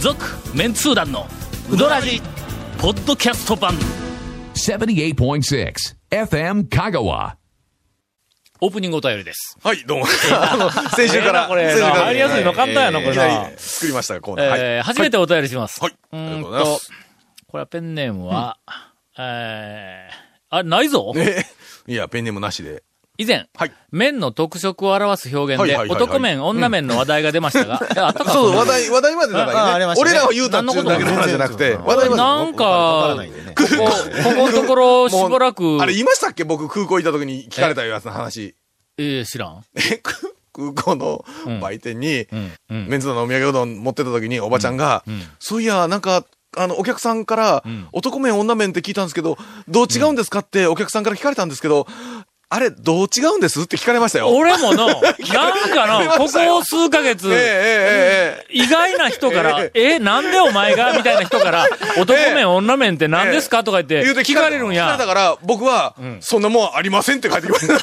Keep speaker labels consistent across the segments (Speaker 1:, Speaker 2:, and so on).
Speaker 1: 続メンツー団のウドラジポッドキャスト版
Speaker 2: 78.6 FM Kagawa.
Speaker 1: オープニングお便りです、
Speaker 3: はい、どうも。あの、先週から。
Speaker 4: これ
Speaker 3: 先週から
Speaker 4: 入りやすいの簡単やなこれ
Speaker 3: いき
Speaker 4: な
Speaker 3: なり作りました、コーナー。
Speaker 1: えー初めてお便りします、
Speaker 3: はい。は
Speaker 1: う
Speaker 3: い。あり
Speaker 1: ーんと
Speaker 3: がとうございます。
Speaker 1: これはペンネームは、えーあないぞ
Speaker 3: え いや、ペンネームなしで。
Speaker 1: 以前、
Speaker 3: はい
Speaker 1: 麺の特色を表す表現で、
Speaker 3: はいはいはいはい
Speaker 1: 男麺、女麺の話題が出ましたが、いやあったかな
Speaker 3: そう、話題、話題までだか
Speaker 4: あああり
Speaker 3: ら
Speaker 4: ま
Speaker 3: ね。
Speaker 4: したね
Speaker 3: 俺らを言うたっていうだけの話じゃなくて、話題まで。
Speaker 1: な
Speaker 4: わ
Speaker 1: んか
Speaker 4: か、らないんでね
Speaker 1: ここ、ここのところしばらく
Speaker 3: あ、れ、言いましたっけ僕、空港行った時に聞かれたやつの話。
Speaker 1: えー知らん。
Speaker 3: え、く空港の売店に、
Speaker 1: うん。うん。
Speaker 3: メンズのお土産うどん持ってた時に、おばちゃんが、そういや、なんか、あの、お客さんから、男麺、女麺って聞いたんですけど、どう違うんですかってお客さんから聞かれたんですけど、あれ、どう違うんですって聞かれましたよ。
Speaker 1: 俺もの、 なん
Speaker 3: わ
Speaker 1: か
Speaker 3: かり
Speaker 1: の、
Speaker 3: ま
Speaker 1: こ
Speaker 3: したよ
Speaker 1: こ数ヶ月
Speaker 3: ええ、ええええ
Speaker 1: 意外な人から、え
Speaker 3: え
Speaker 1: なんでお前がみたいな人から、男
Speaker 3: ええ
Speaker 1: 麺、女麺って何ですかとか言って
Speaker 3: 言うて、
Speaker 1: 聞かれるん
Speaker 3: 聞か
Speaker 1: や
Speaker 3: れ。たから、僕は、そんなもんありませんって書いてきました。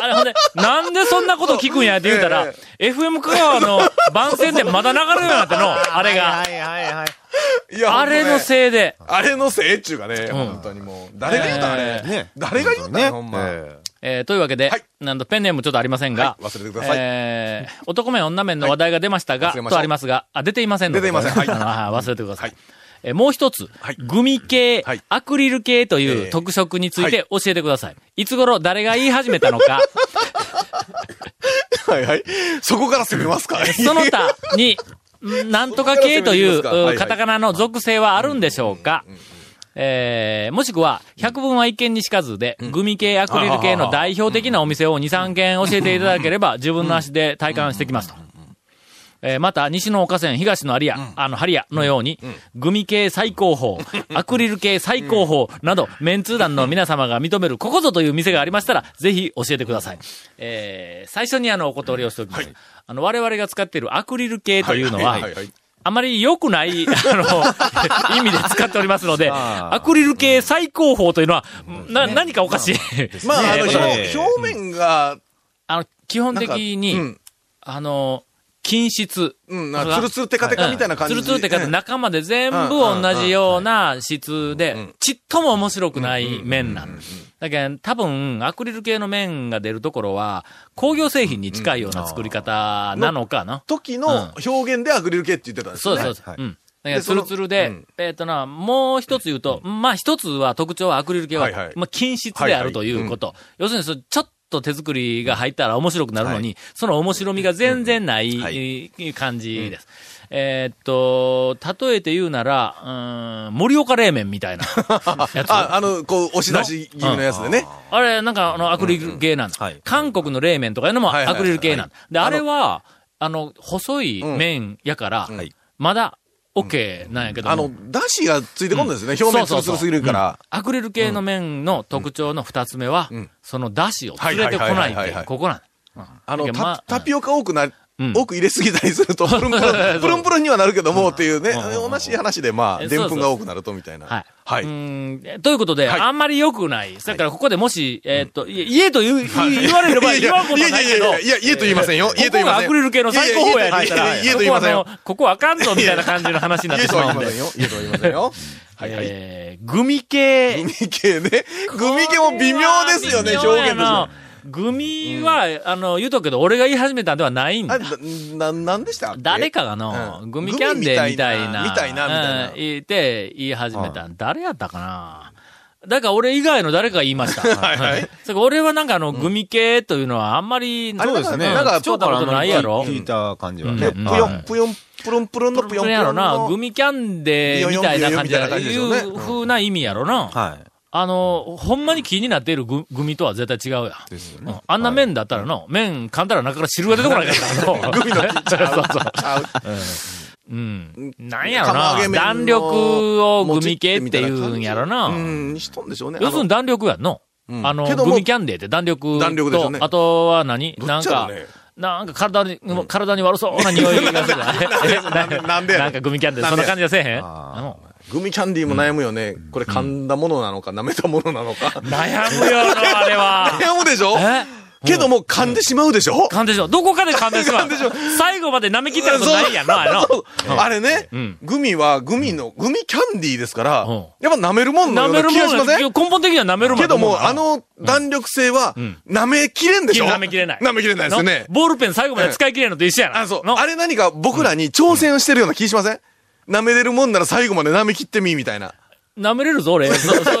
Speaker 1: あれほんで、なんでそんなこと聞くんやって言うたら
Speaker 3: え、
Speaker 1: FM 香川の番宣でまだ流れるようになっての、あれ が
Speaker 4: は。いはいはいはい。
Speaker 3: いや
Speaker 1: あれの
Speaker 3: い。
Speaker 1: せいで、
Speaker 3: あれのせいっちゅうかね、本当にもう。誰が言うたんあ
Speaker 1: え
Speaker 3: れ。
Speaker 1: ー
Speaker 4: ね
Speaker 3: 誰が言うたん
Speaker 4: ね
Speaker 3: ほんま
Speaker 4: え
Speaker 1: えーというわけで、
Speaker 3: はい
Speaker 1: なんとペンネームちょっとありませんが、
Speaker 3: はい忘れてください
Speaker 1: えー男面女面の話題が出ましたが、
Speaker 3: はい忘れましょう
Speaker 1: とありますが、あ、出ていませんので
Speaker 3: 出ていませんはい
Speaker 1: あー忘れ てください。
Speaker 3: はい
Speaker 1: えーもう一つ、
Speaker 3: はい
Speaker 1: グミ系、
Speaker 3: はい
Speaker 1: アクリル系とい
Speaker 3: え
Speaker 1: う
Speaker 3: え
Speaker 1: 特色について教えてください。い、つ頃誰が言い始めたの か、
Speaker 3: はいはい。そこから攻めますか
Speaker 1: その他に、んなんとか系という
Speaker 3: そこから攻めていきますかはいはい
Speaker 1: カタカナの属性はあるんでしょうか、えーもしくは、百聞は一見にしかずで、グミ系、アクリル系の代表的なお店を2、3軒教えていただければ、自分の足で体感してきますと。えーまた、西の岡線、東の有リあの、ハリアのように、グミ系最高峰、アクリル系最高峰 など、メンツー団の皆様が認める、ここぞという店がありましたら、ぜひ教えてください。えー最初にあの、お断りをしておきます。あの、我々が使っているアクリル系というのは、
Speaker 3: いはいい
Speaker 1: あまり良くない、 あの、意味で使っておりますので、アクリル系最高峰というのは、な、何かおかしい。
Speaker 3: まあ、あの、
Speaker 4: ねえ
Speaker 3: 表表面が、
Speaker 1: あの、基本
Speaker 3: なんか
Speaker 1: 的に、
Speaker 3: うん
Speaker 1: あの、均質。
Speaker 3: うん、なんかツルツルテカテカみたいな感じ。
Speaker 1: うんツルツルテカ
Speaker 3: う
Speaker 1: の
Speaker 3: ん
Speaker 1: 中まで全部
Speaker 3: うん
Speaker 1: 同じような質で
Speaker 3: ん、
Speaker 1: ちっとも面白くない面なんだけど、多分、アクリル系の面が出るところは、工業製品に近いような作り方なのかな。
Speaker 3: 時の表現でアクリル系って言ってたんです
Speaker 1: そうで
Speaker 3: ね。
Speaker 1: す、そうです。
Speaker 4: はい
Speaker 1: うん。だから
Speaker 3: で
Speaker 1: ツ
Speaker 3: その
Speaker 1: ルツルで、
Speaker 3: うん
Speaker 1: えっ、とな、もう一つ言うと、まあ一つは特徴はアクリル系は、
Speaker 3: はいはい
Speaker 1: まあ均質であるということ。要するにその、ちょっと手作りが入ったら面白くなるのに、その面白みが全然ない、
Speaker 4: はい
Speaker 1: えー感じです。えーっと、例えて言うなら、うーん、盛岡冷麺みたい なやつ。
Speaker 3: あ、あの、こう、押し出し気味のやつでね。
Speaker 1: あれ、なんか、あの、アクリル系なんだ。
Speaker 4: うんはい
Speaker 1: 韓国の冷麺とかいうのも
Speaker 3: はいはいは
Speaker 1: ア
Speaker 3: い
Speaker 1: クリル系なんだ。で、あれは、あの、細い麺やから、
Speaker 4: はい
Speaker 1: まだ、オッケーなんやけども
Speaker 3: あの、出汁がついてこんですね。表面ツルツルすぎるから。
Speaker 1: アクリル系の面の特徴の二つ目は、
Speaker 3: ん
Speaker 1: その出汁を連れてこないっ
Speaker 3: はいはいはい
Speaker 1: て
Speaker 3: はい
Speaker 1: い
Speaker 3: は
Speaker 1: う、
Speaker 3: い
Speaker 1: ここなん
Speaker 3: あ
Speaker 1: い
Speaker 3: の、
Speaker 1: やまあ
Speaker 3: タタピオカ多くな、
Speaker 1: うん
Speaker 3: 多く入れすぎたりすると、プルン プルン、プルンプルンにはなるけども、っていうね、同じ話で、ま
Speaker 1: えそう
Speaker 3: あ、で
Speaker 1: そうん
Speaker 3: ぷんが多くなると、みたいな。
Speaker 1: はい。。
Speaker 3: はいう
Speaker 1: ーんということで、
Speaker 3: はい
Speaker 1: あんまり良くない。だから、ここでもし、えーっと、い家という、い言われれば
Speaker 3: い
Speaker 1: 言
Speaker 3: や
Speaker 1: わんことないけど、
Speaker 3: いやいやいやいや、家と言いませんよ。家
Speaker 1: ことこ
Speaker 3: 言い
Speaker 1: が
Speaker 3: ま
Speaker 1: ア
Speaker 3: せん。
Speaker 1: クリル系の最高峰やって言った
Speaker 3: い
Speaker 1: ら、
Speaker 3: やいや家と言いません
Speaker 1: こ
Speaker 3: よ
Speaker 1: こはあのここはあかんぞみたいな感じの話になって
Speaker 3: 家
Speaker 1: し
Speaker 3: とは
Speaker 1: ま
Speaker 3: 言
Speaker 1: う
Speaker 3: い
Speaker 1: んで
Speaker 3: ません。よ。家とは言い ませんよ。はいはい。
Speaker 1: えーグミ系。
Speaker 3: グミ系ね。グミ系も微妙ですよね、
Speaker 1: 微妙
Speaker 3: 表現
Speaker 1: や
Speaker 3: としては
Speaker 1: な。グミは、あの、言うとくけど、俺が言い始めたんではないんだ
Speaker 3: あ。な、ななんでしたっけ
Speaker 1: 誰かがの、
Speaker 3: うん
Speaker 1: グミキャンデーみたいな、
Speaker 3: グミみたいなみたいなみたいな
Speaker 1: うん言って、言い始めた、誰やったかなだから俺以外の誰かが言いま した。はいはい。それから俺はなんかあの、グミ系というのはあんまり、
Speaker 3: あれ
Speaker 4: そうですね。
Speaker 1: なんか、
Speaker 4: ちょ
Speaker 1: 超
Speaker 4: っ
Speaker 1: ったことないやろ。
Speaker 4: 聞いた感じは
Speaker 1: う
Speaker 4: ね。
Speaker 1: ん
Speaker 3: ぷよ
Speaker 4: は
Speaker 3: ん
Speaker 4: い
Speaker 3: ぷよん、ぷるんぷるんのぷよんぷ
Speaker 1: や
Speaker 3: よ
Speaker 1: ろ
Speaker 3: ん
Speaker 1: な、
Speaker 3: の
Speaker 1: グ。ミキャンデーみたいな感じだ
Speaker 3: みたいな感じで
Speaker 1: い
Speaker 3: しょうね
Speaker 1: う風な意味やろな。
Speaker 4: は
Speaker 1: あの、ほんまに気になっているググミとは絶対違うや。
Speaker 4: い。ですよ
Speaker 1: う
Speaker 4: ね
Speaker 1: ん。あんな麺だったらの、麺噛んだら中から汁が出てこないから。グミの そうそう。
Speaker 3: ちゃう
Speaker 1: うん。なんやろ
Speaker 3: 釜揚
Speaker 1: な。
Speaker 3: げ麺の
Speaker 1: 弾力をグミ系っていうんやろな
Speaker 3: う。ん、にしとんでしょうね。
Speaker 1: 要するに弾力やんの。
Speaker 3: うん
Speaker 1: あの、
Speaker 3: けども
Speaker 1: グミキャンデーって弾力と。
Speaker 3: 弾力でしょうね
Speaker 1: あとは何
Speaker 3: ど
Speaker 1: な
Speaker 3: っ
Speaker 1: ん
Speaker 3: ちや
Speaker 1: か
Speaker 3: ろね、
Speaker 1: なんか体に、体に悪そうな匂いがする。
Speaker 3: なんでなんでやねん
Speaker 1: なんかグミキャンデー、そんな感じがせえへんあの、
Speaker 3: あのグミキャンディーも悩むよね。これ 噛んだものなのか、舐めたものなのか。
Speaker 1: 悩むよの、あれは。
Speaker 3: 悩むでしょ
Speaker 1: え
Speaker 3: けども噛んでしまうでしょ
Speaker 1: 噛んでしょ。どこかで噛んでし まう。最後まで舐め切ったことないやんな、あれな。
Speaker 3: そうあれね
Speaker 1: うん、
Speaker 3: グミはグミの、グミキャンディーですから
Speaker 1: うん、
Speaker 3: やっぱ舐めるもんの
Speaker 1: 舐
Speaker 3: よう
Speaker 1: め
Speaker 3: な
Speaker 1: るもん
Speaker 3: 気がしません
Speaker 1: や根本的には舐めるもん
Speaker 3: け
Speaker 1: やと
Speaker 3: ど
Speaker 1: 思う
Speaker 3: も、あの弾力性は
Speaker 1: ん、
Speaker 3: 舐めきれんでしょ
Speaker 1: 舐めきれない
Speaker 3: 舐めきれないですよね
Speaker 1: の。ボールペン最後まで使い切れんのと一緒やな。
Speaker 3: あ、そう。
Speaker 1: の
Speaker 3: あれ何か僕らに挑戦をしてるような気しません舐めれるもんなら最後まで舐めきってみ、みたいな。
Speaker 1: 舐めれるぞ、俺。そそ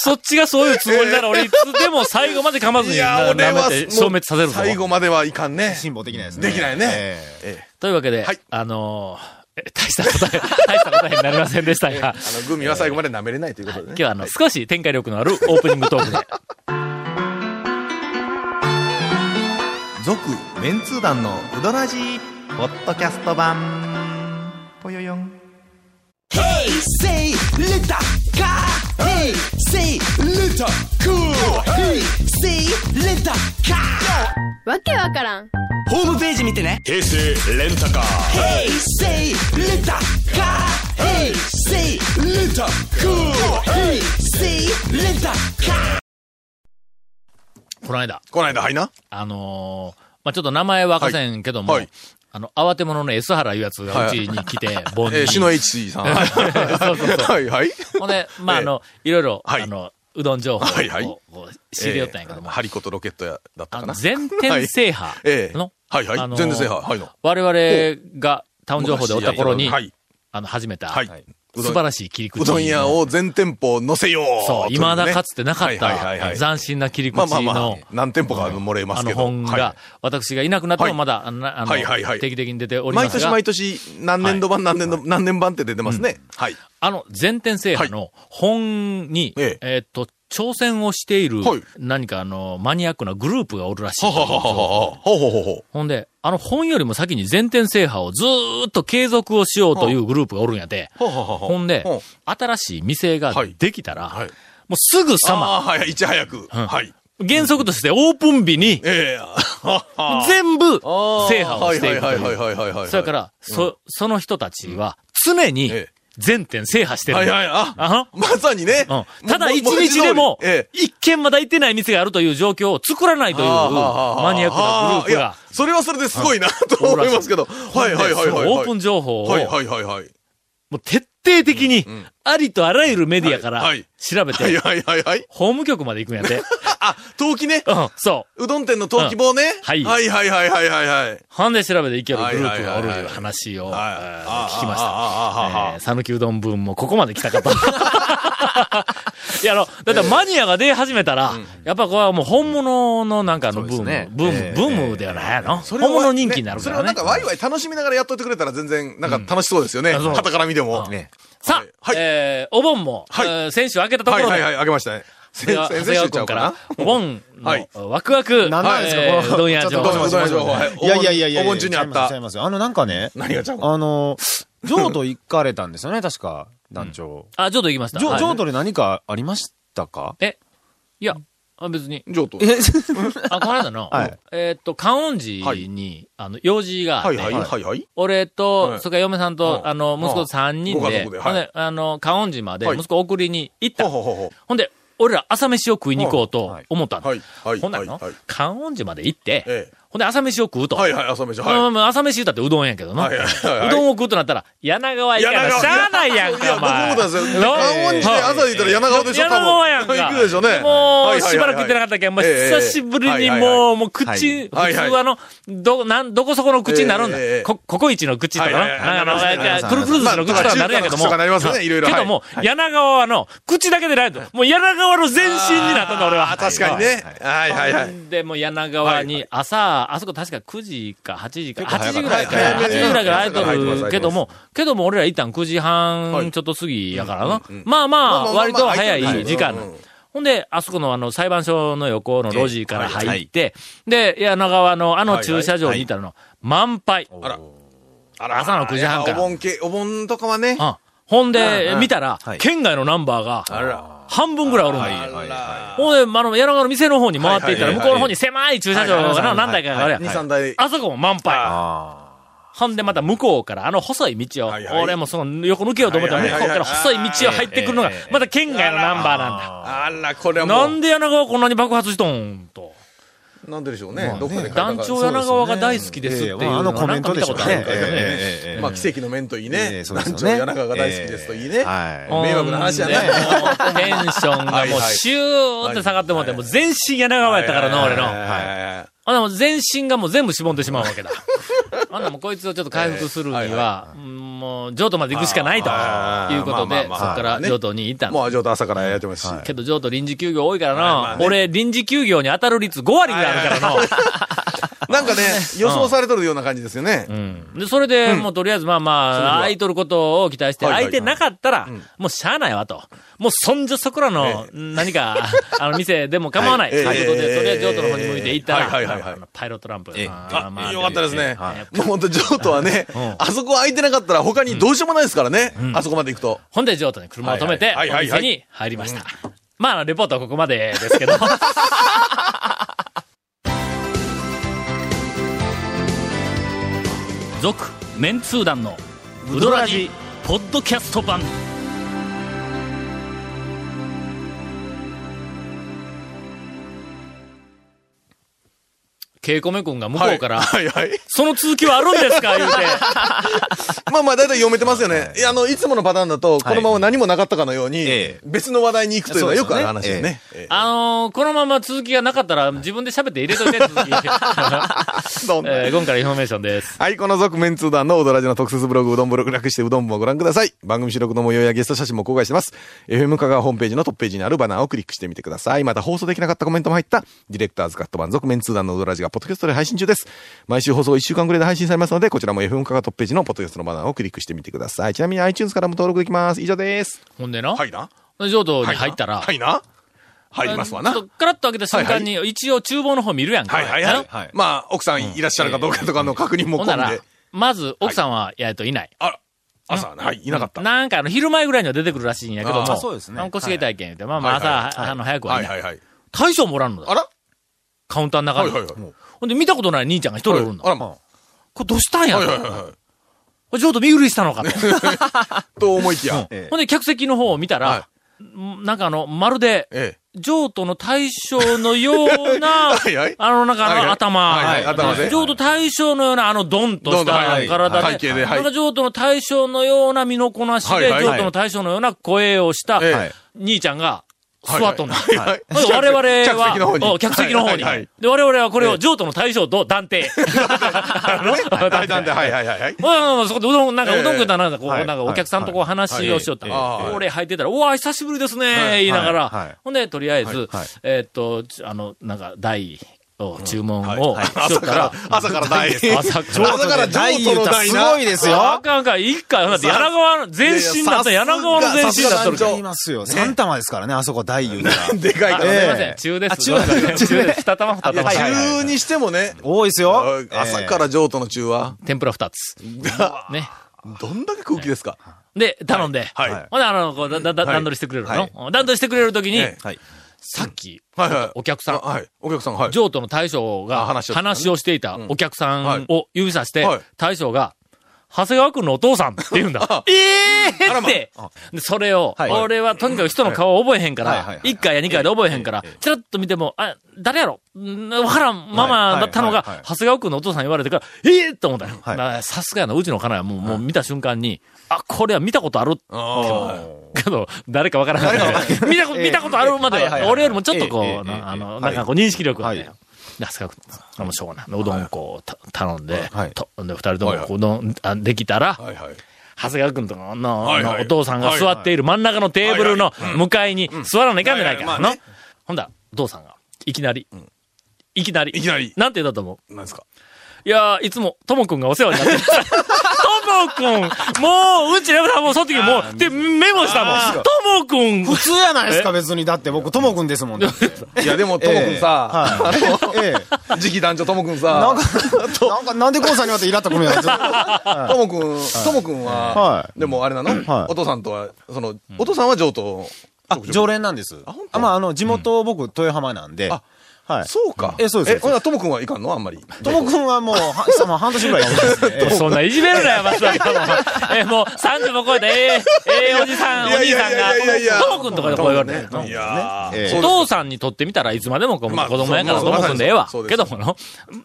Speaker 1: そっちがそういうつもりなら、俺いつでも最後まで噛まず
Speaker 3: い
Speaker 1: に
Speaker 3: や、
Speaker 1: な
Speaker 3: 俺
Speaker 1: 舐
Speaker 3: は、
Speaker 1: めて消滅させるぞ。
Speaker 3: 最後まではいかんね。
Speaker 4: 辛抱できないですね。
Speaker 3: できないね
Speaker 4: ええ
Speaker 3: ええ
Speaker 1: というわけで、
Speaker 3: はい
Speaker 1: あのーえ大した答え、 大した答えになりませんでした が、
Speaker 3: あの、グミは最後まで舐めれないということでね。
Speaker 1: 今日はあの、少し展開力のあるオープニングトーク で。
Speaker 3: 続、
Speaker 4: メンツー団のうどらじポッドキャスト版ぽよよん
Speaker 5: say little car. Hey, say little cool. Hey, say little car.
Speaker 6: わけわからん
Speaker 5: ホームページ見てね。平成レンタカー。Hey, say little car. Hey, say little cool. Hey, say little car.
Speaker 1: この間、
Speaker 3: この間、はいな。
Speaker 1: あのーまあ、ちょっと名前は明かせんけども、
Speaker 3: はいはい
Speaker 1: あの、慌て者の S 原いうやつがうちに来て、盆に。
Speaker 3: えー、篠 H さん。
Speaker 1: そうそうそう。
Speaker 3: はいはい。
Speaker 1: ほんで、まあ、あ の、いろいろ、
Speaker 3: はい
Speaker 1: あの、うどん情報を、
Speaker 3: はいはい
Speaker 1: こうこう知りよったんやけども、
Speaker 3: えーハリコとロケットや、だった
Speaker 1: あ
Speaker 3: か
Speaker 1: の
Speaker 3: な。
Speaker 1: 全店制覇の、
Speaker 3: ええはいはい
Speaker 1: あのー
Speaker 3: 全店制覇はいの
Speaker 1: 我々がタウン情報でおった頃に、
Speaker 3: はい。
Speaker 1: あの、始めた、
Speaker 3: はい。うど
Speaker 1: 素
Speaker 3: ん
Speaker 1: 晴らしい切り口。
Speaker 3: うどん屋を全店舗載せよう
Speaker 1: そう、
Speaker 3: というね
Speaker 1: 未だかつてなかっ
Speaker 3: はいはいはいは
Speaker 1: た、
Speaker 3: い
Speaker 1: 斬新な切り
Speaker 3: まあ
Speaker 1: 口
Speaker 3: まあまあ
Speaker 1: の、、
Speaker 3: 何店舗か漏れま
Speaker 1: あ
Speaker 3: す
Speaker 1: の
Speaker 3: けど。
Speaker 1: 本
Speaker 3: は
Speaker 1: が、私がいなくなって
Speaker 3: は
Speaker 1: も
Speaker 3: い
Speaker 1: まだ、あのあの
Speaker 3: はいはいはい
Speaker 1: 定期的に出てお
Speaker 3: い
Speaker 1: りま
Speaker 3: 毎
Speaker 1: す
Speaker 3: 年
Speaker 1: が、
Speaker 3: 毎年、何年度版、何年度、何年版って出てますね。はい。
Speaker 1: あの、全店制覇の本に、
Speaker 3: ええ
Speaker 1: えーっと、挑戦をしている
Speaker 3: はい、
Speaker 1: 何かあの、マニアックなグループがおるらしい。
Speaker 3: はははははは。ほうほうほうほう。
Speaker 1: ほんで、あの本よりも先に全店制覇をずーっと継続をしようというグループがおるんやで、
Speaker 3: ほうほうほうほう
Speaker 1: ほんで
Speaker 3: ほう、
Speaker 1: 新しい店が
Speaker 3: はい
Speaker 1: できたら、
Speaker 3: はい
Speaker 1: もうすぐさま、
Speaker 3: ああ、はい、いち早く。はい。
Speaker 1: 原則としてオープン日に、
Speaker 3: ええ。はは
Speaker 1: 全部制覇をしていくと。
Speaker 3: はいはいいうはいはいはいはい。、
Speaker 1: それからら、そ、その人たちは、常に
Speaker 3: ええ、
Speaker 1: 全店制覇してる。
Speaker 3: はいはい、あ、
Speaker 1: あ
Speaker 3: まさにね
Speaker 1: はう。んただ
Speaker 3: も
Speaker 1: 一日でも
Speaker 3: 文字通りええ、
Speaker 1: 一軒まだ行ってない店があるという状況を作らないという、
Speaker 3: ああはあ
Speaker 1: マニアックなグループ
Speaker 3: はあいや
Speaker 1: が、
Speaker 3: それはそれですごいな、と思いますけど。はいはいはい
Speaker 1: でそ
Speaker 3: はい。
Speaker 1: のオープン情報を、
Speaker 3: はいはいはいはい。
Speaker 1: もう徹底的に、ありとあらゆるメディアから
Speaker 3: はいはい
Speaker 1: 調べ
Speaker 3: はい
Speaker 1: て、
Speaker 3: はいはいはい。
Speaker 1: 法務局まで行くんや て。
Speaker 3: あ、登記ね
Speaker 1: う。ん、そう。
Speaker 3: うどん店の登記簿ね。
Speaker 1: はい
Speaker 3: はいはいはいはいはいはい。はい。
Speaker 1: ほんで調べていけるグループがおると
Speaker 3: はいはいいうはい
Speaker 1: 話を、えー
Speaker 3: あ
Speaker 1: 聞きました。
Speaker 3: ああああああああ
Speaker 1: えー讃岐うどん分もここまで来たかと。 いや、あの、だってマニアが出始めたら、やっぱこれはもう本物のなんかあのブーム、
Speaker 4: そうですね
Speaker 1: ブーム、
Speaker 4: ええ
Speaker 1: ブームではないやの、
Speaker 3: それは
Speaker 1: 本物人気になるか
Speaker 3: ねそれ
Speaker 1: ら
Speaker 3: は
Speaker 1: ね
Speaker 3: なん。かワイワイ楽しみながらやっといてくれたら全然、なんか楽しそうですよね。
Speaker 1: あそう
Speaker 3: 肩から見ても。
Speaker 4: ね。
Speaker 1: さあ、
Speaker 3: はい
Speaker 1: えーお盆も、
Speaker 3: はい
Speaker 1: えー先週開けたとこ
Speaker 3: は
Speaker 1: ろで、
Speaker 3: いはいはい、あげましたね。
Speaker 1: で は、長谷川君から、お盆
Speaker 3: はい
Speaker 1: のワクワク、
Speaker 4: 何なんですか
Speaker 1: え
Speaker 4: こ
Speaker 1: ー
Speaker 4: の
Speaker 1: うどん屋
Speaker 4: ち
Speaker 1: 情
Speaker 4: ょっ
Speaker 3: どうし
Speaker 1: 報
Speaker 4: と
Speaker 3: ま。しょう、どうしましょうはい。
Speaker 4: いやいやいやいや。
Speaker 3: お盆中にあっ
Speaker 4: ちゃい
Speaker 3: た。
Speaker 4: ますちゃいますあの、なんかね、
Speaker 3: 何がちゃうの
Speaker 4: あの、譲渡行かれたんですよね、確か、団長。
Speaker 1: あ、ちょっと行きました。
Speaker 4: じょ
Speaker 1: はい
Speaker 4: 譲渡で何かありましたか
Speaker 1: え、いや、あ別に。
Speaker 3: 上等。
Speaker 4: え、
Speaker 1: あ、この間 の、
Speaker 4: はい
Speaker 1: えーっと、観音寺に、あの、用事があっ
Speaker 3: はい
Speaker 1: て、
Speaker 3: はいはいはい。
Speaker 1: 俺と、
Speaker 3: はい
Speaker 1: それから嫁さんと、
Speaker 3: うん
Speaker 1: あの、息子
Speaker 3: うん
Speaker 1: 3人
Speaker 3: ご家
Speaker 1: で、
Speaker 3: 族で
Speaker 1: ほん
Speaker 3: は
Speaker 1: で、あの、観音寺まで
Speaker 3: はい
Speaker 1: 息子送りに行った。
Speaker 3: ほうほうほう
Speaker 1: ほんで、俺ら朝飯を食いに行こう
Speaker 4: は
Speaker 1: と
Speaker 4: い
Speaker 1: 思ったの。
Speaker 3: ほう。はいはい
Speaker 1: ほんなら
Speaker 3: はい
Speaker 1: の
Speaker 3: はい。、
Speaker 1: 観音寺まで行って、
Speaker 3: ええ
Speaker 1: ほんで朝飯を食うと。
Speaker 3: はいはい、朝飯、
Speaker 1: まあ
Speaker 3: は
Speaker 1: まあ朝飯言うたってうどんやけどな。
Speaker 3: はいはいはいはいう
Speaker 1: どんを食うとなったら、柳川行かな、
Speaker 3: 柳川
Speaker 1: しゃあないやん
Speaker 3: い。いや、
Speaker 1: か、お
Speaker 3: 僕も
Speaker 1: 前。
Speaker 3: なんです
Speaker 1: の
Speaker 3: よ。関音寺で朝で行ったら柳川でしょ、
Speaker 1: 柳川やんか。
Speaker 3: 行くでしょうね。
Speaker 1: もう、
Speaker 3: はいはいはいはい
Speaker 1: しばらく行ってなかったけん、もう
Speaker 3: ええ
Speaker 1: 久しぶり
Speaker 3: はい
Speaker 1: に
Speaker 3: はいはい
Speaker 1: もう、もう口、普
Speaker 3: はいはい
Speaker 1: 通あの、ど、なん、どこそこの口になるんだ
Speaker 3: えええ。え
Speaker 1: こ、ココイチの口とかな。
Speaker 3: はいはいはい
Speaker 1: なんか
Speaker 3: なり
Speaker 1: あ
Speaker 3: ます
Speaker 1: の、くる
Speaker 3: ね
Speaker 1: くる寿司の口とかになるんやけども。
Speaker 3: まあ中華の口とかなりますねいろいろ
Speaker 1: けども、柳川はの、口だけでないと、もう柳川の全身になったんだ、俺は。
Speaker 3: あ確かにね。はいはいはい。
Speaker 1: で、もう柳川に朝、あそこ確か9時か8時か、
Speaker 3: 結構
Speaker 1: 8
Speaker 3: 早
Speaker 1: 時
Speaker 3: かっ
Speaker 1: ぐら
Speaker 3: た
Speaker 1: いか
Speaker 3: はい
Speaker 1: な、
Speaker 3: は
Speaker 1: 8
Speaker 3: い
Speaker 1: 時ぐらいから空いと
Speaker 3: はい
Speaker 1: るけども、けども俺ら一旦9時
Speaker 3: は
Speaker 1: 半
Speaker 3: い
Speaker 1: ちょっと過ぎやからな
Speaker 3: うんうん。
Speaker 1: まあま
Speaker 3: まあま
Speaker 1: あ、
Speaker 3: あまあ
Speaker 1: 割と早い時間
Speaker 3: はいうんうん。
Speaker 1: ほんで、あそこのあの裁判所の横の路地から
Speaker 3: はい
Speaker 1: 入って、で、柳川のあの駐車場にいたの、満杯。
Speaker 3: あら。あ
Speaker 1: 朝の9時半から
Speaker 3: やっぱお盆系、お盆とかはね。
Speaker 1: あほん
Speaker 3: うん
Speaker 1: で
Speaker 3: う、ん
Speaker 1: 見たら
Speaker 4: は、い
Speaker 1: 県外のナンバーが
Speaker 3: あら。
Speaker 1: 半分ぐらいおるんだ
Speaker 4: はいはいは
Speaker 1: ほんで、あの、柳川の店の方に回っていったら、
Speaker 3: はい
Speaker 1: 向
Speaker 3: はいはい
Speaker 1: こうの方に狭い駐車場がな
Speaker 4: はいはいはい
Speaker 1: 何台かあるやん
Speaker 3: 二。三台。
Speaker 1: あそこも満杯。
Speaker 4: あ
Speaker 1: ほんでまた向こうから、あの細い道を、
Speaker 3: はいはい
Speaker 1: 俺もその横抜けようと思ったら、
Speaker 3: は
Speaker 1: 向こ
Speaker 3: いは
Speaker 1: う
Speaker 3: いはい
Speaker 1: から細い道を入ってくるのが
Speaker 6: えええ、え
Speaker 1: また県外のナンバーなんだ。
Speaker 3: あら、これはも
Speaker 1: な
Speaker 3: う。
Speaker 1: んで柳川こんなに爆発しとんと。
Speaker 3: なんででしょうね。どっかで書いたから
Speaker 1: 団長柳川が大好きですっていう
Speaker 6: まああ
Speaker 1: の
Speaker 6: の
Speaker 1: を
Speaker 6: コ
Speaker 1: な
Speaker 6: メ
Speaker 1: ん
Speaker 6: ン
Speaker 1: か
Speaker 6: ト
Speaker 1: 見
Speaker 6: で
Speaker 1: た
Speaker 6: し
Speaker 1: こ
Speaker 6: ょう
Speaker 1: と
Speaker 6: ね。
Speaker 1: あるから
Speaker 6: え
Speaker 1: ね。
Speaker 6: えええええ
Speaker 3: まあ、奇跡の面といい
Speaker 6: え
Speaker 3: ね。
Speaker 6: えそうです
Speaker 3: 団
Speaker 6: よ
Speaker 3: 長
Speaker 6: ね
Speaker 3: 柳川が大好きですといい
Speaker 6: ええ
Speaker 3: ね。
Speaker 6: はい。
Speaker 3: 迷惑な話やね
Speaker 1: ねもうテンションがもうシューって下がってもって、もう全身柳川やったからな、俺の。
Speaker 3: は
Speaker 1: あでも全身がもう全部しぼんでしまうわけだ。 あんなもうこいつをちょっと回復するには、うんもう譲渡まで行くしかないと
Speaker 3: あー
Speaker 1: いうことで、そこ
Speaker 3: まあまあまあ
Speaker 1: から
Speaker 3: ね
Speaker 1: 譲渡に行っ
Speaker 3: い。
Speaker 1: た
Speaker 3: も
Speaker 1: の。
Speaker 3: う味わと朝からやってますし。
Speaker 1: けど譲渡臨時休業多いから
Speaker 3: ま
Speaker 1: な
Speaker 3: あ、ね
Speaker 1: 俺臨時休業に当たる率5割ぐらいあるからな。
Speaker 3: なんかね、予想されとるような感じですよね。
Speaker 1: で、それで、もうとりあえずまあ
Speaker 3: それで
Speaker 1: まあ、
Speaker 3: は
Speaker 1: 空いとることを期待して、
Speaker 3: はいはい
Speaker 1: 空
Speaker 3: はい
Speaker 1: いてなかったら、もうしゃあないわと。もうそんじょそこらの何か、あの店でも構わない。と
Speaker 3: え
Speaker 1: い
Speaker 3: え
Speaker 1: うこと
Speaker 3: え
Speaker 1: で、
Speaker 3: え
Speaker 1: とりあえず譲渡の方に向いて行った
Speaker 3: はいはいはいは
Speaker 1: ら
Speaker 3: い
Speaker 1: あの、パイロットランプ。
Speaker 6: ええ
Speaker 1: まあま
Speaker 3: あ、
Speaker 1: あ
Speaker 3: よかったですね
Speaker 1: はい。
Speaker 3: もう本当、譲渡はね、あそこ空いてなかったら他にどうしようもないですからね。あそこまで行くと。
Speaker 1: ほんで、譲渡に車を止めて、
Speaker 3: はい
Speaker 1: お
Speaker 3: はいはいはい
Speaker 1: 店に入りました。まああの、レポートはここまでですけ ど。続、メンツー団の、ウドラジ、ポッドキャスト版。ケイコメ君が向こうから、
Speaker 3: はいはいはい。
Speaker 1: その続きはあるんですか言うて。
Speaker 3: まあまあ、だいたい読めてますよね。いや、あの、いつものパターンだと、このまま何もなかったかのように
Speaker 6: ええ、
Speaker 3: 別の話題に行くというのはよくある話です
Speaker 6: そうです
Speaker 3: ね。え
Speaker 1: あのーこのまま続きがなかったら、自分で喋って入れといて、続 き。
Speaker 3: えどんな
Speaker 1: えー、ゴンからインフォメーションです。
Speaker 3: はい、この続面通談のオドラジの特設ブログ、うどんブログ略してうどんもご覧ください。番組収録の模様やゲスト写真も公開してます。FM 香川ホームページのトップページにあるバナーをクリックしてみてください。また放送できなかったコメントも入った、ディレクターズカット版続面通談のうどらじがポッドキャストで配信中です。毎週放送1週間くらいで配信されますので、こちらも FM 香川トップページのポッドキャストのバナーをクリックしてみてください。ちなみに iTunes からも登録できます。以上です。
Speaker 1: ほんでな、
Speaker 3: いな。
Speaker 1: 譲渡に入ったら、
Speaker 3: いな。入
Speaker 1: あのちょっとカラッと開けた瞬間に、一応厨房の方見るやんか。な
Speaker 6: はい
Speaker 3: まあ、奥さんいらっしゃるかどうかとかの確認も
Speaker 1: ほんなら、まず奥さんは、やるといない。
Speaker 3: あ、朝、はい、いなかった
Speaker 1: なんかあの、昼前ぐらいには出てくるらしいんやけども、
Speaker 3: あー
Speaker 6: そうですね
Speaker 1: あの腰が痛いけん言うて、まあまあ
Speaker 3: はい
Speaker 1: 朝、
Speaker 3: はい
Speaker 1: あの、早くはいない。
Speaker 3: いはい。
Speaker 1: 大将もおらんのだ。
Speaker 3: あら
Speaker 1: カウンターの中に。
Speaker 3: い。
Speaker 1: ほんで、見たことない兄ちゃんが一人おるんだ。
Speaker 3: あらま
Speaker 1: これどうしたんや
Speaker 3: あ。
Speaker 1: ろ
Speaker 3: はい
Speaker 1: こ
Speaker 3: は
Speaker 1: れ
Speaker 3: いは
Speaker 1: ちょっと身売りしたのかと。
Speaker 3: い。と思いきや。
Speaker 6: ええ
Speaker 1: ほんで、客席の方を見たら
Speaker 3: は、
Speaker 1: んなんかあの、まるで、
Speaker 3: え
Speaker 1: 譲渡の対象のような、
Speaker 3: はいはい
Speaker 1: あの、なんかあの、
Speaker 3: はいはい
Speaker 1: 頭、
Speaker 3: はいはい頭で
Speaker 1: 譲渡対象のような、あの、ドンとし
Speaker 3: ドンとはいは
Speaker 1: た
Speaker 3: い
Speaker 1: 体
Speaker 3: は
Speaker 1: で、
Speaker 3: い体型ではい
Speaker 1: なんか譲渡の対象のような身のこなしで、
Speaker 3: はいはい
Speaker 1: 譲渡の対象のような声をした、
Speaker 3: え。え
Speaker 1: 兄ちゃんが、
Speaker 3: い
Speaker 1: 座っとんの。
Speaker 3: え。はい。
Speaker 1: ほんで我々は、
Speaker 3: 客席の方に
Speaker 1: お客席の方に。
Speaker 3: はいはいはい
Speaker 1: で、我々はこれ
Speaker 3: え
Speaker 1: を
Speaker 3: え
Speaker 1: 譲渡の対象と断定。あの
Speaker 3: 大胆で、 はいはいは いはい。
Speaker 1: うん、そこでうどん、なんか
Speaker 3: ええ
Speaker 1: うどん食うたらなんかこう、
Speaker 6: は
Speaker 1: ないんかお客さんとこう話をしよった。
Speaker 6: はい
Speaker 3: はいはい
Speaker 1: あー俺入ってたら、うわ、久しぶりです
Speaker 3: は
Speaker 1: ね、言
Speaker 3: い
Speaker 1: いなが
Speaker 6: はいは
Speaker 1: ら
Speaker 6: い。
Speaker 1: ほんで、とりあえず
Speaker 6: はい、
Speaker 1: えーっと、ちあの、なんか、台を注文
Speaker 3: はい
Speaker 1: を
Speaker 3: はい
Speaker 1: しよ
Speaker 3: 朝
Speaker 1: っ
Speaker 3: か
Speaker 1: た
Speaker 3: ら
Speaker 1: ら、、
Speaker 3: 朝から大です。
Speaker 1: 朝
Speaker 3: 上
Speaker 1: から。
Speaker 3: 手から上手の大
Speaker 6: す
Speaker 3: な。
Speaker 6: ごいですよ。
Speaker 1: あかんあかん、一回、だって柳川の、全身だった、
Speaker 3: いやいや
Speaker 1: 柳川の全
Speaker 3: さす
Speaker 1: 身
Speaker 3: が
Speaker 1: だった
Speaker 3: 団
Speaker 1: る
Speaker 3: 長
Speaker 1: か。
Speaker 6: 言いますよ。3玉ですからね、あそこ大湯が。
Speaker 3: でかいから
Speaker 1: すい
Speaker 3: ら
Speaker 1: ま
Speaker 3: ね。
Speaker 1: せん、中です。
Speaker 6: 中
Speaker 1: 中です。二玉二
Speaker 3: いや、
Speaker 1: 玉。
Speaker 3: 中にしてもね、
Speaker 6: 多いですよ。
Speaker 3: 朝から上等の中は、
Speaker 1: 天ぷら二つ。ね。
Speaker 3: どんだけ空気ですか
Speaker 1: で、頼んで。
Speaker 3: はいはい
Speaker 1: ほんで、あの、こう、だ、だ、だ
Speaker 3: はい
Speaker 1: 段取りしてくれるの、
Speaker 3: はい
Speaker 1: 段取りしてくれるときに、
Speaker 3: ええ
Speaker 6: はい。
Speaker 1: さっき、
Speaker 3: はいはい。
Speaker 1: お客さん
Speaker 3: あはい。お客さん、はい。
Speaker 1: 譲渡の大将が
Speaker 3: あ話を
Speaker 1: 話をしていたお客さんを指さして
Speaker 3: はい、
Speaker 1: 大将が、長谷川君のお父さんって言 うんだ。え えーって、でそれを、
Speaker 6: はい
Speaker 1: 俺はとにかく人の顔を覚えへんか
Speaker 6: はいはい
Speaker 1: ら
Speaker 6: は、い
Speaker 1: 一回や二回で覚えへんから、ちらっと見ても、あ、誰やろんわからんままだったのが
Speaker 6: はいはいは、い
Speaker 1: 長谷川君のお父さん言われてから、ええと思ったよ。
Speaker 6: はい
Speaker 1: まあさすがやな、うちの家内はもうもう見た瞬間に、あ、これは見たことある
Speaker 3: あ
Speaker 1: けど、誰かわからない。見たこと、見たことあるまで
Speaker 6: ええええはいはい
Speaker 1: は、
Speaker 6: はい
Speaker 1: 俺よりもちょっとこ
Speaker 6: えええ
Speaker 1: う、
Speaker 6: えええ
Speaker 1: なあの、
Speaker 6: はい
Speaker 1: なんかこう認識力があったよ
Speaker 6: は。
Speaker 1: で、すがく、あの、しょうがない。うどんこうた、頼んで
Speaker 6: はい、
Speaker 1: と、で、二人とも
Speaker 3: はいはい
Speaker 1: こううどん、あできたら
Speaker 3: あ。、はいはい。
Speaker 1: 長谷川くんとかの、
Speaker 3: は
Speaker 1: あ
Speaker 3: い
Speaker 1: の
Speaker 3: はい
Speaker 1: お父さんが座っている真ん中のテーブルの向かいに座らないかんじゃない
Speaker 3: は
Speaker 1: か。
Speaker 3: いはい
Speaker 1: のほんだら、お父さんが、いきなり、いきなり、
Speaker 3: いきなり
Speaker 1: なんて言ったと思う
Speaker 3: なんですか
Speaker 1: いやー、いつも、ともくんがお世話になってる。ともくんもう、うちのさんもうその時もう、で、メモしたもん。ともくん
Speaker 6: 普通やないですか、別に。だって僕、ともくんですもん。 だって
Speaker 3: いや、でも、ともくんさ、
Speaker 6: ええはいえ え
Speaker 3: 次期団長ともくん
Speaker 6: な
Speaker 3: さ
Speaker 6: ん、か、なんか、なんでコンさんにまたイラっとくるんやろずっと
Speaker 3: ともくん、ともくんは
Speaker 6: は、
Speaker 3: でもあれなの
Speaker 6: はい
Speaker 3: お父さんとは、その、お父さんは上等。
Speaker 6: あ、常連なんです。
Speaker 3: 本当
Speaker 6: あまあ、あの、地元、僕、豊浜なんで。
Speaker 3: あ
Speaker 6: はい
Speaker 3: そうか。
Speaker 6: えそうです
Speaker 3: え、ほな、ともくんはいかんのあんまり。
Speaker 6: ともくんはもう、はさまあ半年ぐらいやりますね。ええ
Speaker 1: そんないじめるなよ、松田さんも。え、もう30も超えて、ええ、ええおじさん、お
Speaker 3: いやい
Speaker 1: 兄
Speaker 3: や
Speaker 1: さ
Speaker 3: いやいやいや
Speaker 1: んが、ともくんとかでこう言われてるの
Speaker 3: いや
Speaker 6: ええ
Speaker 1: お父さんにとってみたらいつまでもこう
Speaker 3: まあ
Speaker 1: 子供やから
Speaker 3: そ
Speaker 1: と
Speaker 3: う
Speaker 1: もくんでええわ
Speaker 3: そう。で
Speaker 1: け
Speaker 3: す
Speaker 1: どもの、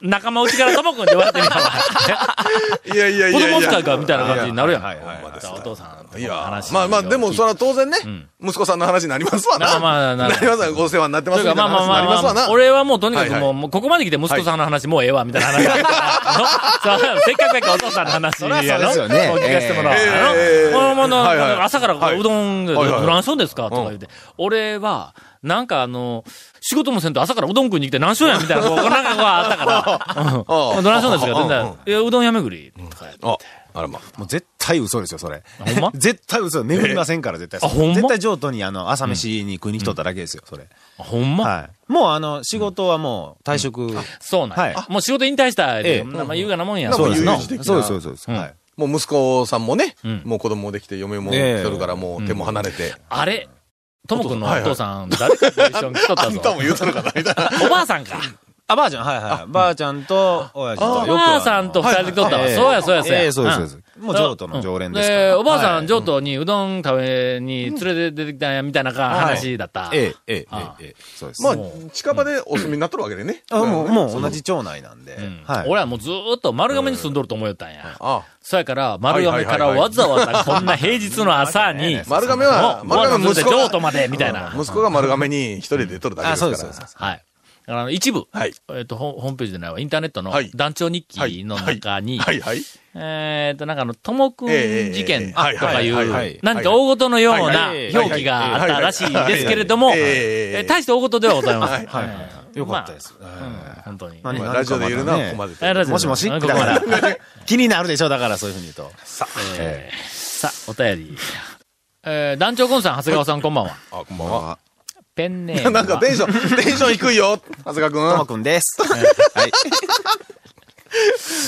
Speaker 1: 仲間内からともくんって言われてみ たら、
Speaker 3: ーいやいやい
Speaker 1: 子
Speaker 3: やいや。
Speaker 1: 供使いかみたいな感じになるやん。
Speaker 6: はいはいはい
Speaker 1: だからお父さんとこ
Speaker 3: い
Speaker 1: の
Speaker 3: や
Speaker 1: 話、
Speaker 3: まあまあ、でも、それは当然ね、息子さんの話になりますわな。
Speaker 1: まあまあな
Speaker 3: な
Speaker 1: る
Speaker 3: りますわ、ご世話になってま
Speaker 1: とい
Speaker 3: す
Speaker 1: う
Speaker 3: みた
Speaker 1: か
Speaker 3: いな
Speaker 1: まあまあ
Speaker 3: 話
Speaker 1: ま
Speaker 3: に
Speaker 1: あ
Speaker 3: なりますわ
Speaker 1: まあ、
Speaker 3: な。
Speaker 1: 俺はもうとにかく
Speaker 3: はい
Speaker 1: も
Speaker 3: は
Speaker 1: う、もうここまで来て息子さんの話もうええわ、みたいな話だから。のそうせっかくやからお父さんの話やろ。
Speaker 6: そりゃそうですよね
Speaker 1: もう聞かせてもらおう
Speaker 3: ええ
Speaker 1: あの
Speaker 3: ええ
Speaker 1: このもの
Speaker 3: はいはい
Speaker 1: 朝からこ
Speaker 3: は
Speaker 1: う
Speaker 3: いう
Speaker 1: どんで、
Speaker 3: はいはい
Speaker 1: ブランションですかとか言って。俺は、なんかあの、仕事もせんと朝からうどん食いに来て何しようやみたいな、こう、なんかこうあったから。
Speaker 3: あ
Speaker 1: うん。どないしょんですか
Speaker 3: あ
Speaker 1: 全然。いや、うどんやめぐり。とか言って
Speaker 3: あ、あらま。
Speaker 6: もう絶対嘘ですよ、それ。
Speaker 1: ほんま
Speaker 6: 絶対嘘。眠りませんから、絶対。
Speaker 1: あほんま
Speaker 6: 絶対上等に、あの、朝飯に食いに来とっただけですよ、それ。
Speaker 1: あほんま
Speaker 6: はい。もう、あの、仕事はもう、退職。
Speaker 1: そうなんや
Speaker 6: はい
Speaker 1: もう仕事引退した
Speaker 6: え
Speaker 1: で、
Speaker 6: え
Speaker 1: まあ優雅なもんや。
Speaker 6: そうです
Speaker 3: もう
Speaker 6: ね。
Speaker 3: 有事的な
Speaker 6: そうです、そうですそうです。
Speaker 1: うん
Speaker 6: はい。
Speaker 3: もう息子さんもね、
Speaker 1: ん
Speaker 3: もう子供もできて、嫁も来とるから、もう手も離れて。
Speaker 1: あれ、ともくんのお
Speaker 3: はいはい
Speaker 1: 父さん、誰かと一緒に来とった
Speaker 3: あんたも
Speaker 1: ぞ。
Speaker 3: 言うたのかなみたいな。
Speaker 1: おばあさんか。
Speaker 6: あ、ばあちゃん、はいはい。ばあちゃんと、親父とよく
Speaker 1: お
Speaker 6: あの。
Speaker 1: ばあさんと二人で来とったわ。
Speaker 6: ええ
Speaker 1: そうや、そうや、そう
Speaker 6: え
Speaker 1: や。
Speaker 6: えそうです、そうです。もう、上等
Speaker 1: う
Speaker 6: の
Speaker 1: ん
Speaker 6: 常連ですから。
Speaker 1: おばあさん、
Speaker 6: 上
Speaker 1: 上都にうどん食べに連れて出てきたんや、みたいなか話だった。
Speaker 6: ええ、ええ、え
Speaker 1: あ
Speaker 6: えええ、そうです。
Speaker 3: ま
Speaker 6: ま
Speaker 3: あ、近場でお住みになっとるわけでね。
Speaker 6: あ、もう、も
Speaker 3: そう
Speaker 6: 同じ町内なんで
Speaker 1: うん。
Speaker 6: はい。
Speaker 1: 俺はもうずーっと丸亀に住んどると思いよったんや。
Speaker 3: あ
Speaker 1: そうやから、丸亀から
Speaker 3: はいはいはいはい
Speaker 1: わざわざこんな平日の朝に、
Speaker 3: 丸亀は、
Speaker 1: もう
Speaker 3: 丸亀
Speaker 1: もう
Speaker 3: 息子
Speaker 1: 上都
Speaker 3: が、
Speaker 1: まで、みたいな。
Speaker 3: 息子が丸亀に一人で撮るだけ
Speaker 6: あ、
Speaker 3: ですから。
Speaker 6: そうです、そうです。そうです
Speaker 1: はい。だから一部、
Speaker 3: はい
Speaker 1: えっと、ホホームページじゃないわ、インターネットの
Speaker 3: はい
Speaker 1: 団長日記の中に、
Speaker 3: はいはい。
Speaker 1: えー、と、なんかあの、ともくん事件とかい
Speaker 3: ええええはいはいはいは
Speaker 1: う
Speaker 3: い、
Speaker 1: 何か大事のような
Speaker 6: はいはい
Speaker 1: 表記があったらしいですけれども、
Speaker 3: はいはいはい
Speaker 1: えー大して大事ではございません。
Speaker 6: はい
Speaker 1: えー
Speaker 6: よかったです。
Speaker 1: まあうん本当に。
Speaker 6: まあ
Speaker 3: まあラジオで言うのは困る
Speaker 1: ありがとう
Speaker 6: も
Speaker 1: ご
Speaker 6: し
Speaker 1: ざい
Speaker 6: も
Speaker 1: ま
Speaker 6: し
Speaker 1: す
Speaker 6: だ
Speaker 1: ここまで
Speaker 6: か ら、気になるでしょ、だからそういうふうに言うと。
Speaker 1: えーさあ、お便り。えー、団長コンさん、長谷川さん、こんば んは。
Speaker 3: あ、こんばんは。
Speaker 1: ペンネームは。
Speaker 3: なんかテンション、テンション低いよ、長谷
Speaker 6: とも
Speaker 3: 川くん。
Speaker 6: くんです。 はい。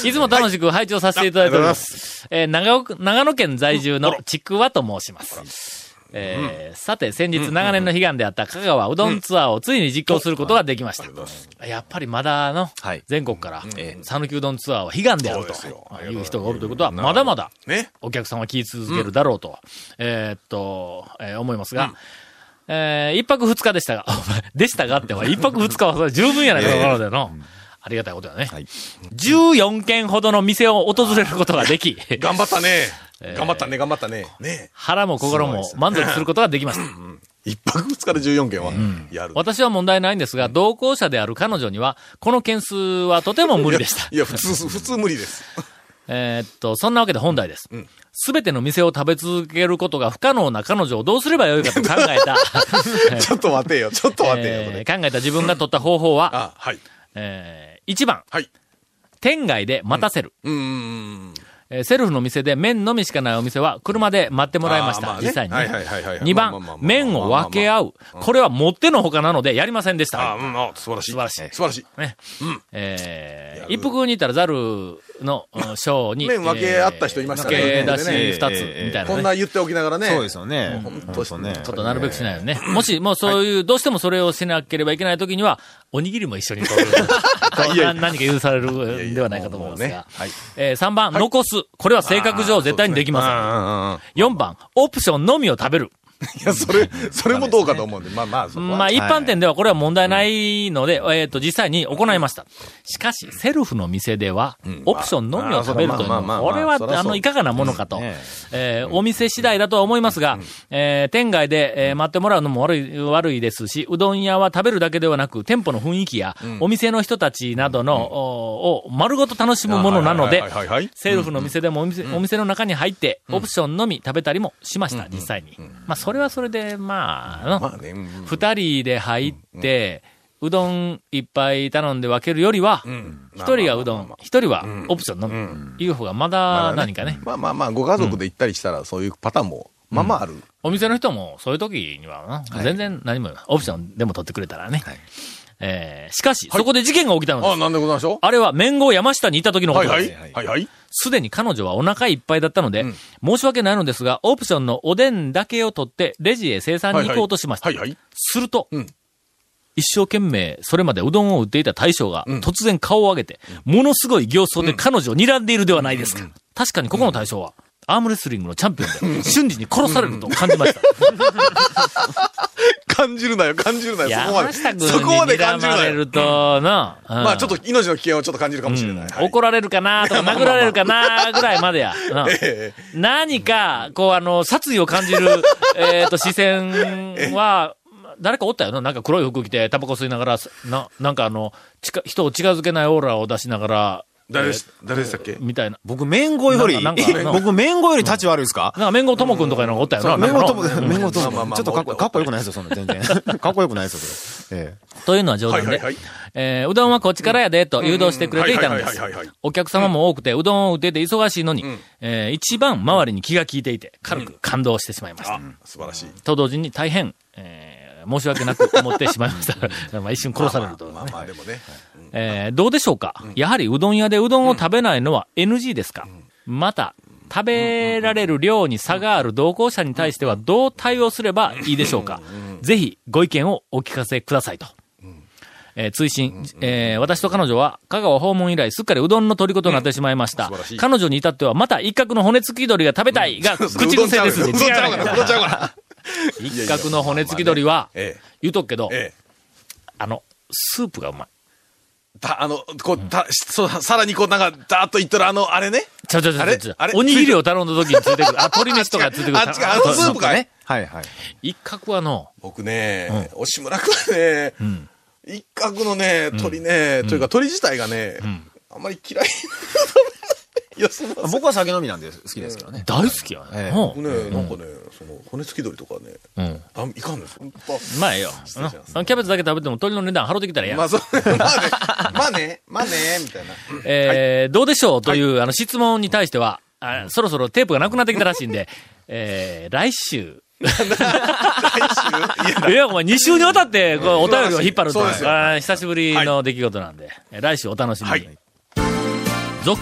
Speaker 1: いつも楽しく拝聴させていただいております。えー長岡長野県在住のちくわと申します。えーさて、先日長年の悲願であった香川うどんツアーをついに実行することができました。やっぱりまだあの、
Speaker 6: はい
Speaker 1: 全国から
Speaker 6: ええ
Speaker 1: 讃岐うどんツアーは悲願である
Speaker 3: そうですよ
Speaker 1: という人がおるということは、まだまだ
Speaker 3: ね。
Speaker 1: お客さんは聞き続けるだろうと、えーっと、えー思いますが、えー一泊二日でしたが、 お前でしたがって、お前一泊二日はそれ十分やないか、なのでの。ありがたいことだね。
Speaker 6: い
Speaker 1: 14軒ほどの店を訪れることがで き、
Speaker 3: 頑張ったね。頑張ったね、頑張ったね。ね
Speaker 1: 腹も心も満足することができました。
Speaker 3: 一泊二日で14件は、やる。
Speaker 1: 私は問題ないんですが、同行者である彼女には、この件数はとても無理でした。
Speaker 3: いや、普通、普通無理です。
Speaker 1: えーっと、そんなわけで本題です。すべ、ての店を食べ続けることが不可能な彼女をどうすればよいかと考えた、
Speaker 3: ちょっと待てよ、ちょっと待てよ、こ
Speaker 1: え
Speaker 3: れ。
Speaker 1: ー考えた自分が取った方法は、
Speaker 3: あ、はい。
Speaker 1: えー、1番、
Speaker 3: はい。
Speaker 1: 店外で待たせる、
Speaker 3: うーん。
Speaker 1: えーセルフの店で麺のみしかないお店は車で待ってもらいました。
Speaker 3: あーまあね
Speaker 1: 実際に、ね
Speaker 3: はいはいはいはい
Speaker 1: 2
Speaker 3: まあまあまあ
Speaker 1: 番、
Speaker 3: まあ
Speaker 1: 麺を分け合う。これはもってのほかなのでやりませんでし
Speaker 3: あ、
Speaker 1: た。
Speaker 3: うん、あ、素晴らしい。
Speaker 1: 素晴らしい
Speaker 3: 素晴らしい。
Speaker 1: ねえー一服にいたらザルのうん賞に。
Speaker 3: 麺分け合った人いました
Speaker 1: ね。
Speaker 3: ね
Speaker 1: えー付
Speaker 3: ね
Speaker 1: け出し2
Speaker 6: え
Speaker 1: つ
Speaker 6: ー
Speaker 1: みたいな、ね。
Speaker 3: こんな言っておきながらね。
Speaker 6: そうですよね。
Speaker 3: 本当
Speaker 6: そうね。
Speaker 1: ちょっとなるべくしないよね。もし、もうそういう、どうしてもそれをしなければいけないときには、おにぎりも一緒に取る。
Speaker 3: いや
Speaker 1: な何か許されるんではないかと思います
Speaker 3: もう
Speaker 1: が
Speaker 3: ねはい。
Speaker 1: えー3番、残す。これは性格上絶対にできま
Speaker 3: ま
Speaker 1: せん。4番、オプションのみを食べる。
Speaker 3: せん。いや、それ、それもどうかと思うんで、まあまあ、そこは
Speaker 1: まあ、一般店ではこれは問題ないので、えっと、実際に行いました。しかし、セルフの店では、オプションのみを食べるという
Speaker 3: まあ
Speaker 1: の
Speaker 3: まあ
Speaker 1: は、
Speaker 3: まあまあ
Speaker 1: これは
Speaker 3: そりゃ、そう
Speaker 1: あの、いかがなものかと
Speaker 6: ね。
Speaker 1: えーお店次第だとは思いますが、えー店外でえー待ってもらうのも悪い、悪いですし、うどん屋は食べるだけではなく、店舗の雰囲気や、お店の人たちなどの、おを丸ごと楽しむものなので
Speaker 3: はいはいはいはいはいはい、
Speaker 1: セルフの店でもお店、お店の中に入って、オプションのみ食べたりもしました、実際に。まあ、それはそれで、まあ、あの
Speaker 3: まあね、うん
Speaker 1: 二人で入って、うどんいっぱい頼んで分けるよりは、一人がうどん、一人はオプションのみ、いう方がまだ何かね、
Speaker 3: まあまあまあ、ご家族で行ったりしたら、そういうパターンも、まあまあある。
Speaker 1: お店の人もそういう時にはな、全然何も、オプションでも取ってくれたらね。えーしかし、そこで事件が起きたのです。
Speaker 3: あ、なんでございましょ
Speaker 1: あれは、面後山下にいた時
Speaker 3: う
Speaker 1: のこ
Speaker 3: はい
Speaker 1: とです。
Speaker 3: はい。はいはい。
Speaker 1: すでに彼女はお腹いっぱいだったので、申し訳ないのですが、オプションのおでんだけを取って、レジへ生産に行こうとしました。
Speaker 3: はいはい。
Speaker 1: すると、
Speaker 3: うん
Speaker 1: 一生懸命、それまでうどんを売っていた大将が、突然顔を上げて、ものすごい形相で彼女を睨んでいるではないですか。確かにここの大将は、アームレスリングのチャンピオ ンで、瞬時に殺されると感じました。
Speaker 3: 感じるなよ、感じるないよ、
Speaker 1: や、
Speaker 3: そこ
Speaker 1: 山
Speaker 3: まで。
Speaker 1: 下君に
Speaker 3: そこまで
Speaker 1: 睨
Speaker 3: 感じる
Speaker 1: ま
Speaker 3: な
Speaker 1: れ
Speaker 3: よ。
Speaker 1: ると、な、うん
Speaker 3: まあちょっと命の危険をちょっと感じるかもしれない。はい
Speaker 1: 怒られるかなとか、殴られるかなぐらいまでや。うん
Speaker 3: ええ
Speaker 1: 何か、こう、あの、殺意を感じる、 えっと、視線は、誰かおったよななんか黒い服着て、タバコ吸いながら、な、なんかあの、近人を近づけないオーラを出しながら、
Speaker 3: 誰でし誰でしたっけ
Speaker 1: みたいな。
Speaker 6: 僕、メンゴより、
Speaker 1: なんかなんか
Speaker 6: 僕、メンゴより立ち悪いですか
Speaker 1: なんか、面後ともくんとかいうのがおったよ な。
Speaker 6: メン
Speaker 1: なん
Speaker 6: ゴ
Speaker 1: か
Speaker 6: と
Speaker 1: の
Speaker 6: も、メンゴと
Speaker 3: まあまあま
Speaker 6: も、
Speaker 3: あ
Speaker 6: ちょっとかっこ
Speaker 3: まあ
Speaker 6: かっこよくないですよ、そんな、全然。かっこよくないですよ、それ。ええ。
Speaker 1: というのは冗談で、
Speaker 3: はいはいはい
Speaker 1: えーうどんはこっちからやで、と誘導してくれていたので
Speaker 3: うん
Speaker 1: す
Speaker 3: はいはいはいはいはい。
Speaker 1: お客様も多くて、うどんを打てて忙しいのに、えー一番周りに気が利いていて、軽く感動してしまいました。
Speaker 3: 素晴らしい。
Speaker 1: と同時に大変、えー申し訳なく思ってしまいま した。まあ一瞬殺されると、ね
Speaker 3: まあまあでもね。
Speaker 1: えーどうでしょうか、やはりうどん屋でうどんを食べないのは NG ですか、また、食べられる量に差がある同行者に対してはどう対応すればいいでしょうか、ぜひご意見をお聞かせくださいと。えー追伸、えー私と彼女は香川訪問以来すっかりうどんの虜となってしまいました。
Speaker 3: 素晴らしい
Speaker 1: 彼女に至ってはまた一角の骨付き鳥が食べたいが口癖です。
Speaker 3: うどんちゃうがなうどんちゃうがな
Speaker 1: 一角の骨付き鳥は、
Speaker 3: ええ
Speaker 1: 言うとくけど、
Speaker 3: ええ。
Speaker 1: あの、スープがうまい。
Speaker 3: た、あの、こう、た、しそうさらにこう、なんか、ダーッといっとるあの、あれね。
Speaker 1: ちょちょちょ
Speaker 3: あれ
Speaker 1: ちょちょ
Speaker 3: あれ
Speaker 1: おにぎりを頼んだ時についてくる。あ、 鶏飯とかついてくる。
Speaker 3: あ違うあのスープかい
Speaker 6: はいはい。
Speaker 1: 一角はの、
Speaker 3: 僕ね、押しむらくはね、一角のね、鳥ね、というか鳥自体がね、あんまり嫌い。いや、そんな。
Speaker 6: 僕は酒飲みなんで好きですけどね。
Speaker 1: 大好きやね
Speaker 6: え。え
Speaker 1: う
Speaker 3: 僕
Speaker 1: ん
Speaker 3: ね、なんかね、その、骨付き鳥とかね、
Speaker 1: ん
Speaker 3: あんいかんです。ほんと
Speaker 1: うまいよ。
Speaker 3: 失
Speaker 1: うん
Speaker 3: 礼
Speaker 1: あ
Speaker 3: します
Speaker 1: のキャベツだけ食べても鳥の値段払ってきたらええやん
Speaker 3: まあ、そう、まあね、まあね、まあね、みたいな。
Speaker 1: えーどうでしょうという、あの質問に対しては、あそろそろテープがなくなってきたらしいん で、えー来週。
Speaker 3: 来週いや、
Speaker 1: いや、お前2週にわたって、こう、お便りを引っ張ると。
Speaker 3: そうですよ
Speaker 1: あー久しぶりの出来事なんで、えー来週お楽しみ
Speaker 3: は
Speaker 1: に
Speaker 3: い。
Speaker 1: 続、